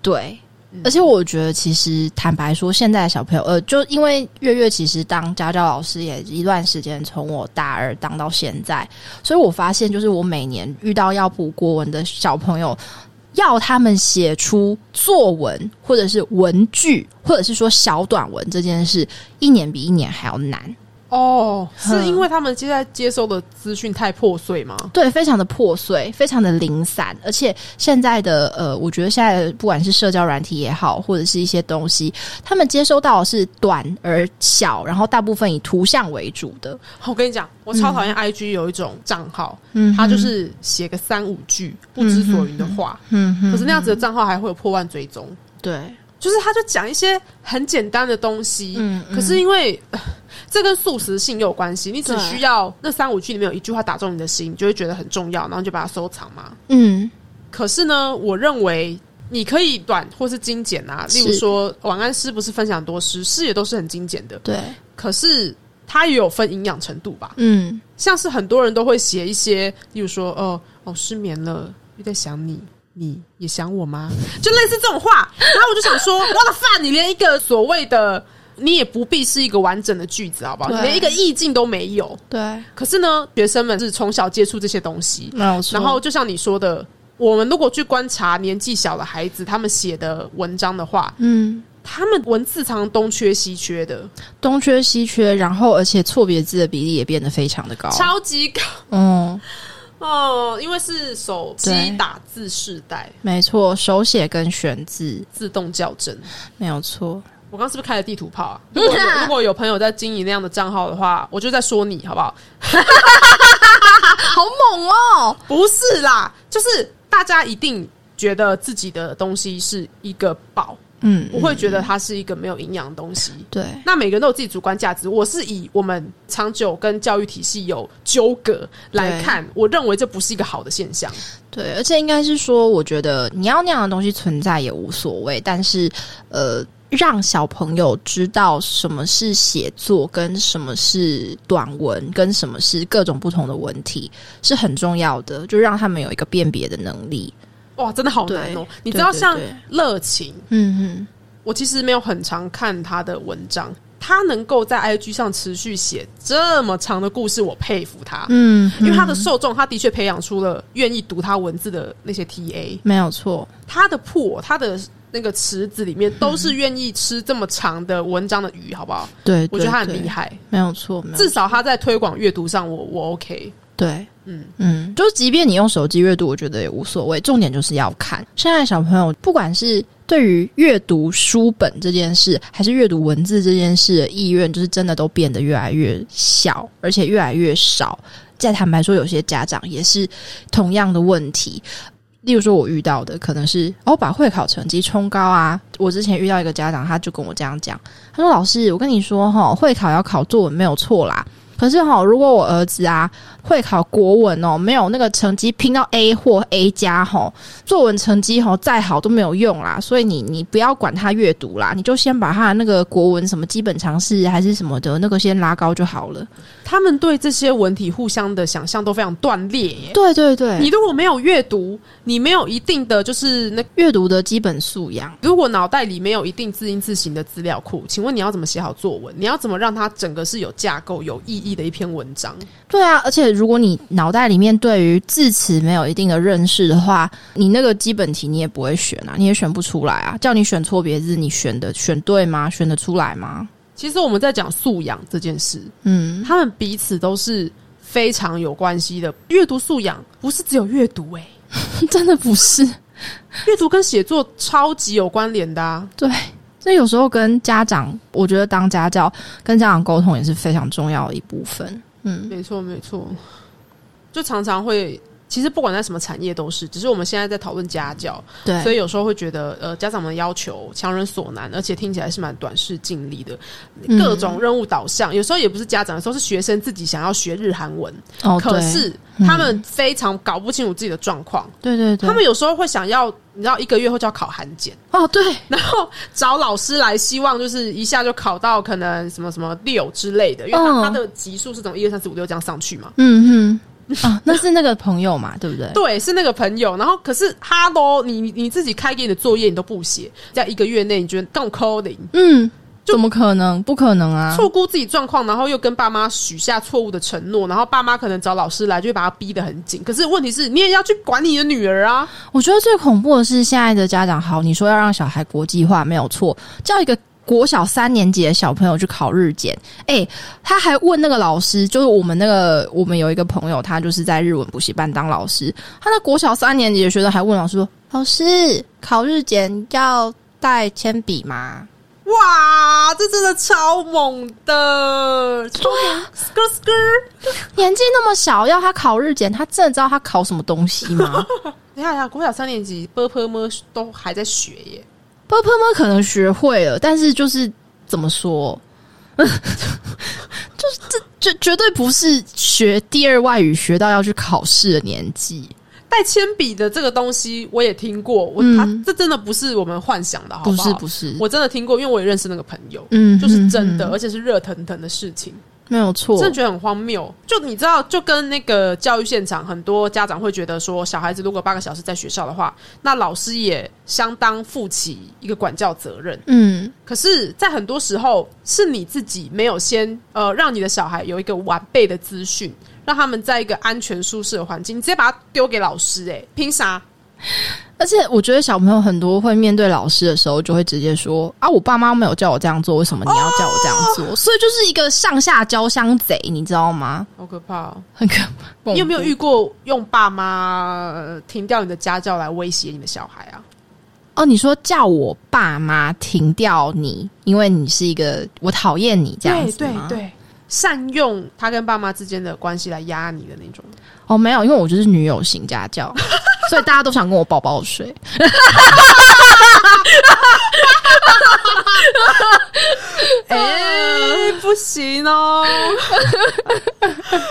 对，而且我觉得，其实坦白说，现在的小朋友，呃，就因为月月其实当家教老师也一段时间，从我大二当到现在，所以我发现，就是我每年遇到要补国文的小朋友。要他们写出作文，或者是文句，或者是说小短文这件事，一年比一年还要难。哦，是哼因为他们现在接收的资讯太破碎吗？对，非常的破碎，非常的零散，而且现在的呃，我觉得现在不管是社交软体也好，或者是一些东西，他们接收到的是短而小，然后大部分以图像为主的，我跟你讲，我超讨厌 IG 有一种账号，嗯它就是写个三五句不知所云的话，嗯可是那样子的账号还会有破万追踪，对，就是他就讲一些很简单的东西，嗯可是因为。呃这跟素食性也有关系，你只对需要那三五句里面有一句话打中你的心，你就会觉得很重要，然后你就把它收藏嘛。嗯，可是呢，我认为你可以短或是精简啊，例如是说晚安诗不是分享很多诗，诗也都是很精简的，对，可是它也有分营养程度吧？嗯，像是很多人都会写一些，例如说，哦哦，失眠了，又在想你，你也想我吗？就类似这种话。然后我就想 说，我的饭，你连一个所谓的，你也不必是一个完整的句子，好不好？对你连一个意境都没有。对，可是呢，学生们是从小接触这些东西，没有错然后就像你说的。我们如果去观察年纪小的孩子他们写的文章的话，嗯，他们文字常常东缺西缺的，东缺西缺，然后而且错别字的比例也变得非常的高，超级高。嗯，哦，因为是手机对打字时代，没错，手写跟选字，自动校正。没有错，我刚是不是开了地图炮 啊？如果有如果有朋友在经营那样的账号的话，我就在说你好不好？好猛哦，不是啦，就是大家一定觉得自己的东西是一个宝，嗯，不会觉得它是一个没有营养的东西。对，那每个人都有自己主观价值。我是以我们长久跟教育体系有纠葛来对看，我认为这不是一个好的现象。对，而且应该是说，我觉得你要那样的东西存在也无所谓，但是呃，让小朋友知道什么是写作，跟什么是短文，跟什么是各种不同的文体是很重要的，就让他们有一个辨别的能力。哇，真的好难哦！你知道，对对像对热情，嗯我其实没有很常看他的文章，他能够在 IG 上持续写这么长的故事，我佩服他。嗯因为他的受众，他的确培养出了愿意读他文字的那些 TA，没有错，他的破，他的那个池子里面都是愿意吃这么长的文章的鱼，好不好？对，我觉得他很对厉，害，没有错，没有至少他在推广阅读上我，我 OK。对，嗯嗯嗯，就是即便你用手机阅读，我觉得也无所谓，重点就是要看。现在小朋友不管是对于阅读书本这件事，还是阅读文字这件事的意愿，就是真的都变得越来越小，而且越来越少。再坦白说，有些家长也是同样的问题。例如说，我遇到的可能是哦，把会考成绩冲高啊。我之前遇到一个家长，他就跟我这样讲，他说：“老师，我跟你说哈，会考要考作文没有错啦，可是哈，如果我儿子啊会考国文哦，没有那个成绩拼到 A 或 A 加吼，作文成绩吼再好都没有用啦。所以你你不要管他阅读啦，你就先把他的那个国文什么基本常识还是什么的那个先拉高就好了。他们对这些文体互相的想象都非常断裂耶。对对对，你你如果没有阅读，你没有一定的就是那阅读的基本素养。如果脑袋里没有一定字音字形的资料库，请问你要怎么写好作文？你要怎么让它整个是有架构、有意义的一篇文章？对啊，而且如果你脑袋里面对于字词没有一定的认识的话，你那个基本题你也不会选啊，你也选不出来啊。叫你选错别字，你选的选对吗？选得出来吗？其实我们在讲素养这件事， 嗯，他们彼此都是非常有关系的。阅读素养不是只有阅读、欸，真的不是。阅读跟写作超级有关联的、啊。对，所以有时候跟家长，我觉得当家教跟家长沟通也是非常重要的一部分。嗯，没错，没错，就常常会其实不管在什么产业都是，只是我们现在在讨论家教，对，所以有时候会觉得呃家长们的要求强人所难，而且听起来是蛮短视近利的，嗯各种任务导向，有时候也不是家长，有时候是学生自己想要学日韩文，哦，可对是嗯他们非常搞不清楚自己的状况，对对对，他们有时候会想要。你知道一个月后就要考韩检， 哦对，然后找老师来，希望就是一下就考到可能什么什么六之类的，因为他嗯他的级数是从一二三四五六这样上去嘛。嗯 哼，啊，那是那个朋友嘛，对不对？对，是那个朋友。然后可是哈喽，你你自己开给你的作业你都不写，在一个月内你觉得更扣零，嗯，怎么可能？不可能啊！错估自己状况，然后又跟爸妈许下错误的承诺，然后爸妈可能找老师来，就会把他逼得很紧。可是问题是，你也要去管你的女儿啊。我觉得最恐怖的是现在的家长，好，你说要让小孩国际化没有错，叫一个。国小三年级的小朋友去考日检，哎、他还问那个老师，就是我们那个我们有一个朋友，他就是在日文补习班当老师，他的国小三年级的学生还问老师说：“老师，考日检要带铅笔吗哇，这真的超猛的！对啊，skr skr。？”年纪那么小，要他考日检，他真的知道他考什么东西吗？等一下，等一下，国小三年级 b p m 都还在学耶。 p u p 可能学会了，但是就是怎么说， 就是这绝绝对不是学第二外语学到要去考试的年纪，带铅笔的这个东西我也听过，我、嗯他这真的不是我们幻想的，好不好？是不是，我真的听过，因为我也认识那个朋友，嗯就是真的，嗯嗯而且是热腾腾的事情，没有错真，的觉得很荒谬。就你知道，就跟那个教育现场，很多家长会觉得说，小孩子如果八个小时在学校的话，那老师也相当负起一个管教责任。嗯，可是，在很多时候是你自己没有先呃，让你的小孩有一个完备的资讯，让他们在一个安全舒适的环境，你直接把它丢给老师、欸，哎，凭啥？而且我觉得小朋友很多会面对老师的时候，就会直接说啊，我爸妈没有叫我这样做，为什么你要叫我这样做？哦所以就是一个上下交相贼，你知道吗？好可怕、哦！很可怕。你有没有遇过用爸妈呃停掉你的家教来威胁你的小孩啊？哦，你说叫我爸妈停掉你，因为你是一个我讨厌你这样子对吗对对，善用他跟爸妈之间的关系来压你的那 种。哦，没有，因为我就是女友型家 教，所以大家都想跟我抱抱睡。啊哎、不行 哦，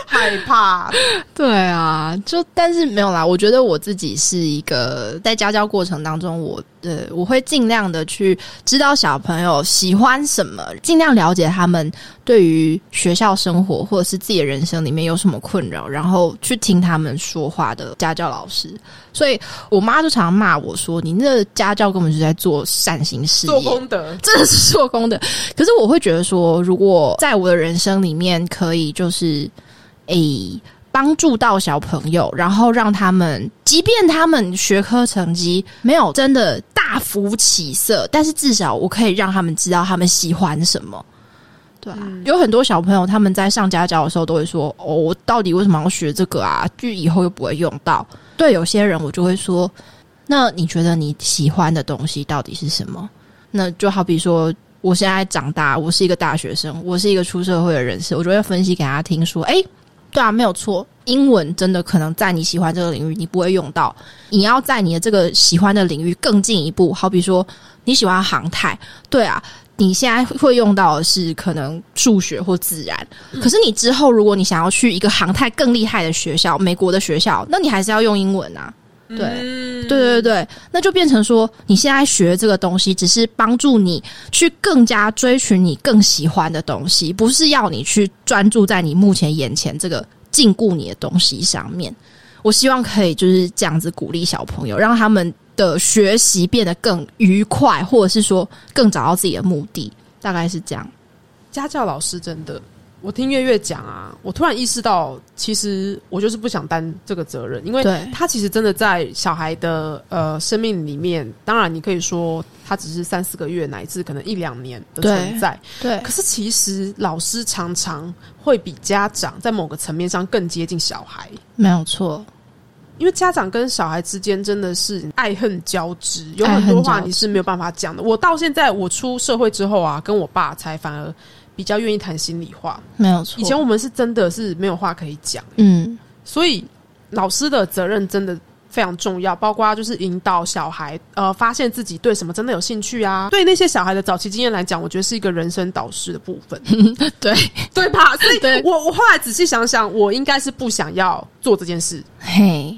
害怕。对啊，就但是没有啦。我觉得我自己是一个在家教过程当中，我呃，我会尽量的去知道小朋友喜欢什么，尽量了解他们对于学校生活或者是自己的人生里面有什么困扰，然后去听他们说话的家教老师。所以我妈就常骂我说：“你那家教根本就在做善心事做业，功德，真的是做工的。可是我会觉得说，如果在我的人生里面可以就是诶帮助到小朋友，然后让他们，即便他们学科成绩没有真的大幅起色，但是至少我可以让他们知道他们喜欢什么。对啊，嗯有很多小朋友他们在上家教的时候都会说：“哦，我到底为什么要学这个啊？就以后又不会用到。”对有些人我就会说：“那你觉得你喜欢的东西到底是什么？”那就好比说，我现在长大，我是一个大学生，我是一个出社会的人士，我就会分析给他听说，诶，对啊，没有错，英文真的可能在你喜欢这个领域你不会用到，你要在你的这个喜欢的领域更进一步，好比说你喜欢航太，对啊。你现在会用到的是可能数学或自然，可是你之后如果你想要去一个航太更厉害的学校，美国的学校，那你还是要用英文啊。对嗯对对对，那就变成说，你现在学这个东西，只是帮助你去更加追寻你更喜欢的东西，不是要你去专注在你目前眼前这个禁锢你的东西上面。我希望可以就是这样子鼓励小朋友，让他们的学习变得更愉快，或者是说更找到自己的目的，大概是这样。家教老师真的，我听月月讲啊，我突然意识到，其实我就是不想担这个责任，因为对他其实真的在小孩的呃生命里面，当然你可以说他只是三四个月乃至可能一两年的对存在，对可是其实老师常常会比家长在某个层面上更接近小孩。没有错。因为家长跟小孩之间真的是爱恨交织，有很多爱话恨交织你是没有办法讲的。我到现在我出社会之后啊，跟我爸才反而比较愿意谈心里话。没有错，以前我们是真的是没有话可以讲，嗯，所以老师的责任真的。非常重要，包括就是引导小孩，呃，发现自己对什么真的有兴趣啊。对那些小孩的早期经验来讲，我觉得是一个人生导师的部分， 对对吧？所以对我我后来仔细想想，我应该是不想要做这件事。嘿，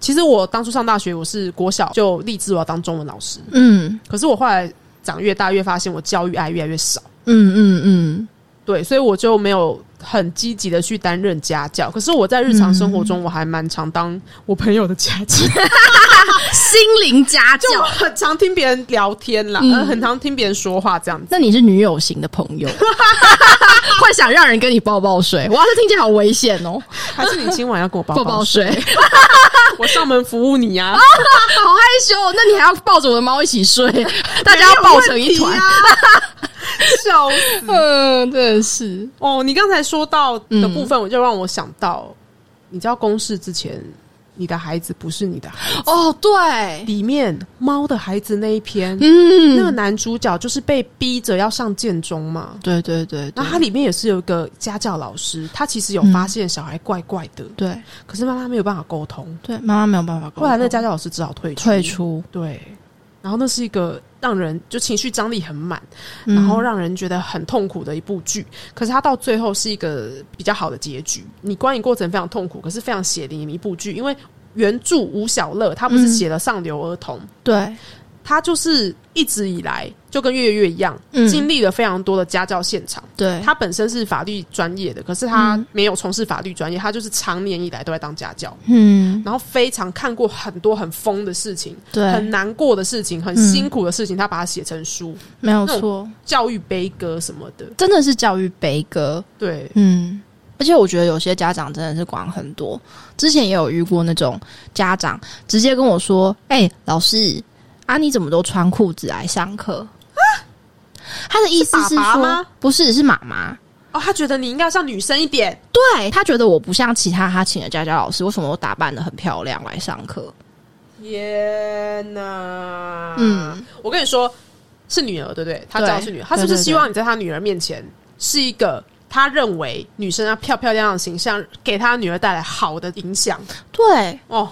其实我当初上大学，我是国小就立志我要当中文老师，嗯可是我后来长越大，越发现我教育爱越来越少。嗯嗯嗯，对，所以我就没有很积极的去担任家教。可是我在日常生活嗯中，我还蛮常当我朋友的家教， 心灵家教就我很常听别人聊天啦，嗯呃，很常听别人说话这样子。那你是女友型的朋 友，会想让人跟你抱抱睡？哇，这听起来好危险哦！还是你今晚要跟我抱抱抱抱？哦睡，我上门服务你 呀、啊，好害羞哦。那你还要抱着我的猫一起 睡，大家要抱成一团。没有问啊题啊笑 死！嗯，真的是，哦，你刚才说到的部分，我就让我想到，你知道公示之前，你的孩子不是你的孩子，哦，对，里面猫的孩子那一篇，那个嗯，男主角就是被逼着要上建中嘛。对对对然对后它里面也是有一个家教老师，他其实有发现小孩怪怪的，对可是妈妈没有办法沟通。对，妈妈没有办法沟通，后来那个家教老师只好退出退。出，对，然后那是一个让人就情绪张力很满，嗯然后让人觉得很痛苦的一部剧。可是它到最后是一个比较好的结局。你观影过程非常痛苦，可是非常血淋淋一部剧，因为原著吴小乐他不是嗯写了上流儿童，对，他就是一直以来就跟月月一样，嗯经历了非常多的家教现场。对，他本身是法律专业的，可是他嗯没有从事法律专业，他就是常年以来都在当家教，嗯，然后非常看过很多很疯的事情、很对，难过的事情、很辛苦的事情，他把它写成书，没有那种错，教育悲歌什么的。真的是教育悲歌，对，嗯，而且我觉得有些家长真的是管很多。之前也有遇过那种家长直接跟我说：“哎、老师啊，你怎么都穿裤子来上课？”啊他的意思是是说，爸爸吗不是是妈妈。哦，他觉得你应该要像女生一点，对他觉得我不像其他他请的家教老师，为什么我打扮的很漂亮来上课？天哪！嗯，我跟你说，是女儿对不对？他知道是女儿，他是不对是对对希望你在他女儿面前是一个他认为女生要漂漂亮亮的形象，给他女儿带来好的影响？对哦，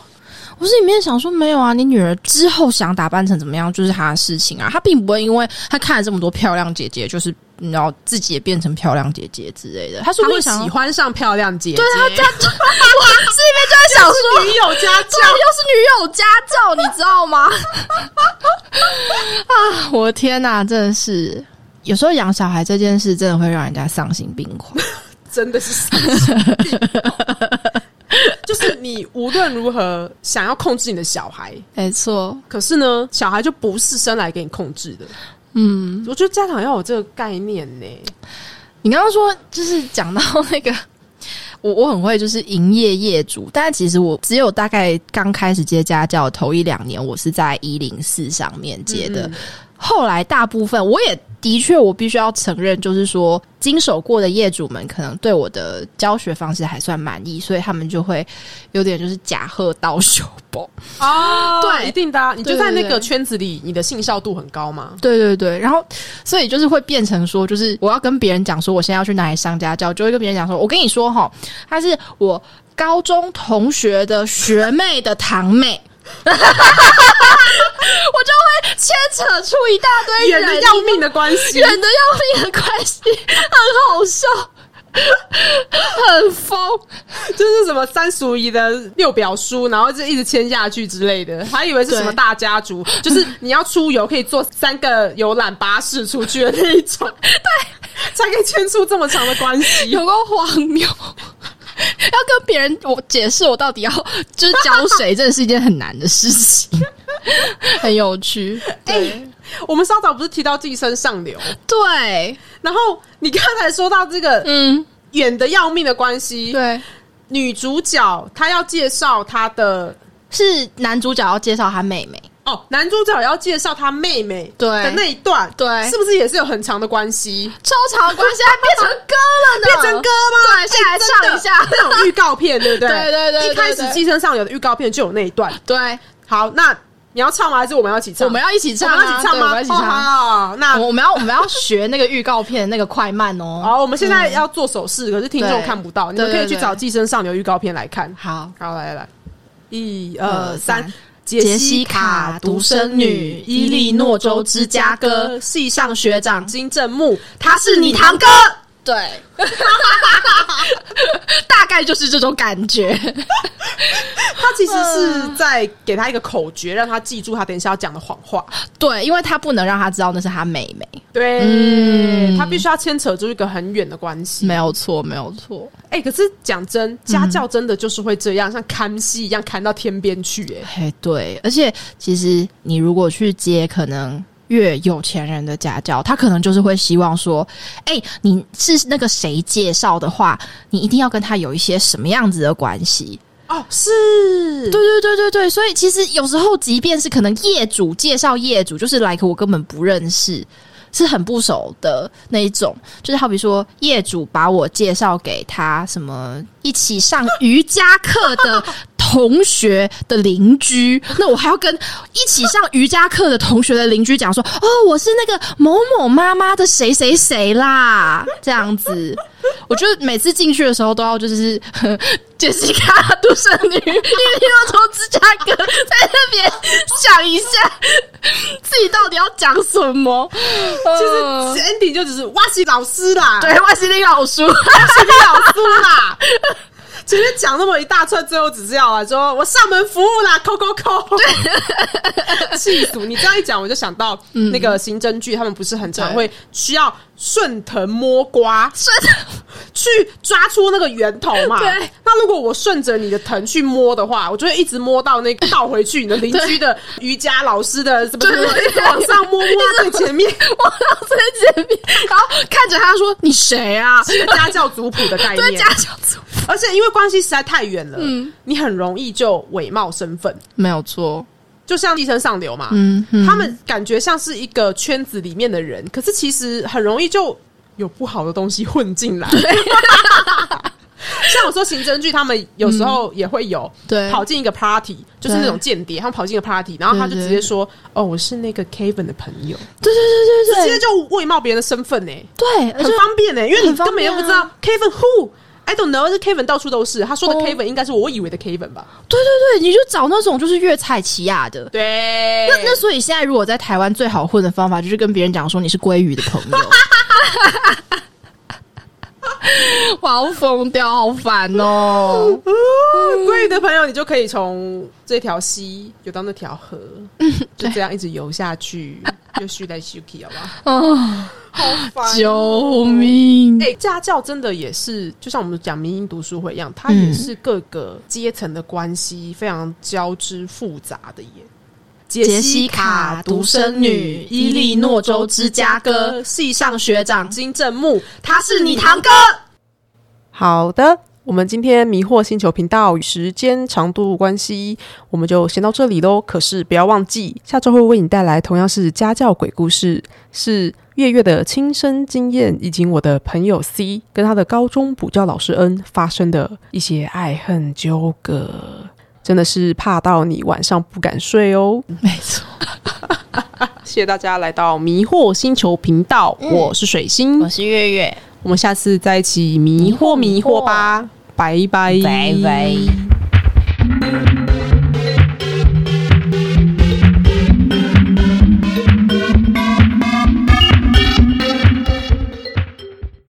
我是里面想说没有啊，你女儿之后想打扮成怎么样就是她的事情啊，她并不会因为她看了这么多漂亮姐姐，就是你知道自己也变成漂亮姐姐之类的。她是他不会是想喜欢上漂亮姐姐，对他家教， 我心里面就在想 说，女友家这教。又是女友家教，你知道吗？ 啊，我的天哪、真的是。有时候养小孩这件事真的会让人家丧心病狂，真的是神经病，就是你无论如何想要控制你的小孩， 没错，可是呢，小孩就不是生来给你控制的。嗯，我觉得家长要有这个概念呢、你刚刚说就是讲到那个， 我我很会就是营业业主，但其实我只有大概刚开始接家教头一两年，我是在一零四上面接的，嗯后来大部分我也的确，我必须要承认，就是说经手过的业主们可能对我的教学方式还算满意，所以他们就会有点就是假贺到手吧。哦，对一定的、啊，你就对在那对个对圈子里，你的信效度很高嘛。对对对，然后所以就是会变成说，就是我要跟别人讲说，我现在要去哪里上家教，就会跟别人讲说，我跟你说哈，她是我高中同学的学妹的堂妹。我就会牵扯出一大堆远人的要命的关系，远的要命的关系，很好笑，很疯。就是什么三叔姨的六表叔，然后就一直签下去之类的，还以为是什么对大家族，就是你要出游可以坐三个游览巴士出去的那一 种，对，才可以签出这么长的关系。有够荒谬。要跟别人我解释我到底要就是教谁，真的是一件很难的事情，很有趣。对、哎我们稍早不是提到寄生上流，对，然后你刚才说到这个嗯，远的要命的关系，对，女主角她要介绍她的是男主角要介绍他妹妹，哦，男主角要介绍他妹妹对的那一段，对是不是也是有很长的关系？超长的关系还变成歌哎了呢，变成歌吗？哎对，下来真唱的一下，那种预告片，对不对？对对对对对一开始《寄生上流》的预告片就有那一段。对，好，那你要唱吗？还是我们要一起唱？我们要一起唱、啊，我们要一起唱吗？对我们要一起唱。哦好那我我们要我们要学那个预告片那个快慢哦。好，我们现在要做手势，可是听众看不到，你们对可以对去对找《寄生上流》预告片来看。好，好，来来来，一二二三三。杰杰西西卡卡独独生生女女，伊伊利利诺诺州州芝芝加加哥哥系上学长金正木，他是你堂哥，对， 大概就是这种感觉。他其实 是在给他一个口诀，让他记住他等一下要讲的谎话。对，因为他不能让他知道那是他妹妹，对，嗯他必须要牵扯出一个很远的关系。没有错，没有错。哎、可是讲真，家教真的就是会这样，像看戏一样看到天边去、哎，嘿，对，而且其实你如果去接可能越有钱人的家教，他可能就是会希望说，哎、你是那个谁介绍的话，你一定要跟他有一些什么样子的关系。哦，是，对对对对对，所以其实有时候，即便是可能业主介绍业主，就是来个我根本不认识。是很不熟的那一种，就是好比说业主把我介绍给他什么一起上瑜伽课的同学的邻居，那我还要跟一起上瑜伽课的同学的邻居讲说，哦，我是那个某某妈妈的谁谁谁啦，这样子。我觉得每次进去的时候都要就是 呵杰西卡独生女，因为要从芝加哥在那边想一下自己到底要讲什么，就就是 Andy 就只是哇西老师 啦，对外星林老叔，是你老师啦。前面讲那么一大串，最后只是要啊，说我上门服务啦，扣扣扣， 气死我！你这样一讲，我就想到那个刑侦剧，他们不是很常对会需要顺藤摸瓜，真的去抓出那个源头嘛。对。那如果我顺着你的藤去摸的话，我就会一直摸到那个倒回去你的邻居的瑜伽老师的什么什么， 对一直往上摸摸到最 前面， 我到最前面，然后看着他说：“你谁啊是一个家教族谱的？”概对，念家。教组而且因为关系实在太远了，你很容易就伪冒身份，没有错，就像寄生上流嘛。嗯他们感觉像是一个圈子里面的人，可是其实很容易就有不好的东西混进 来。像我说刑侦剧，他们有时候嗯也会有，对跑进一个 party，就是那种间谍，他们跑进一个 party，然后他就对直对接说：“哦，我是那个 Kevin 的朋友。对对”直接对对就伪冒别人的身份呢、对，而很且方便欸呢、因为你根本又不知道很 Kevin who。I don't know，这 Kevin 到处都是。他说的哦 Kevin 应该是我以为的 Kevin 吧？对对对，你就找那种就是越菜奇亚的。对那那所以现在如果在台湾最好混的方法，就是跟别人讲说你是鲑鱼的朋 友。我要疯掉，好烦哦！鲑鱼的朋友，你就可以从这条溪游到那条河，嗯就这样一直游下去，就续来续去，好不好？啊，好烦救！命！哦哎、家教真的也是，就像我们讲民营读书会一样，它也嗯是各个阶层的关系非常交织复杂的耶。杰西卡独生女伊利诺州芝加哥系上学长金正木，他是你堂哥。好的，我们今天迷惑星球频道与时间长度关系，我们就先到这里喽。可是不要忘记，下周会为你带来同样是家教鬼故事，是月月的亲身经验，以及我的朋友 C 跟他的高中补教老师 N 发生的一些爱恨纠葛。真的是怕到你晚上不敢睡哦！没错，谢谢大家来到迷惑星球频道，嗯我是水星，是月月，我们下次再一起迷惑迷惑吧，拜拜，拜拜。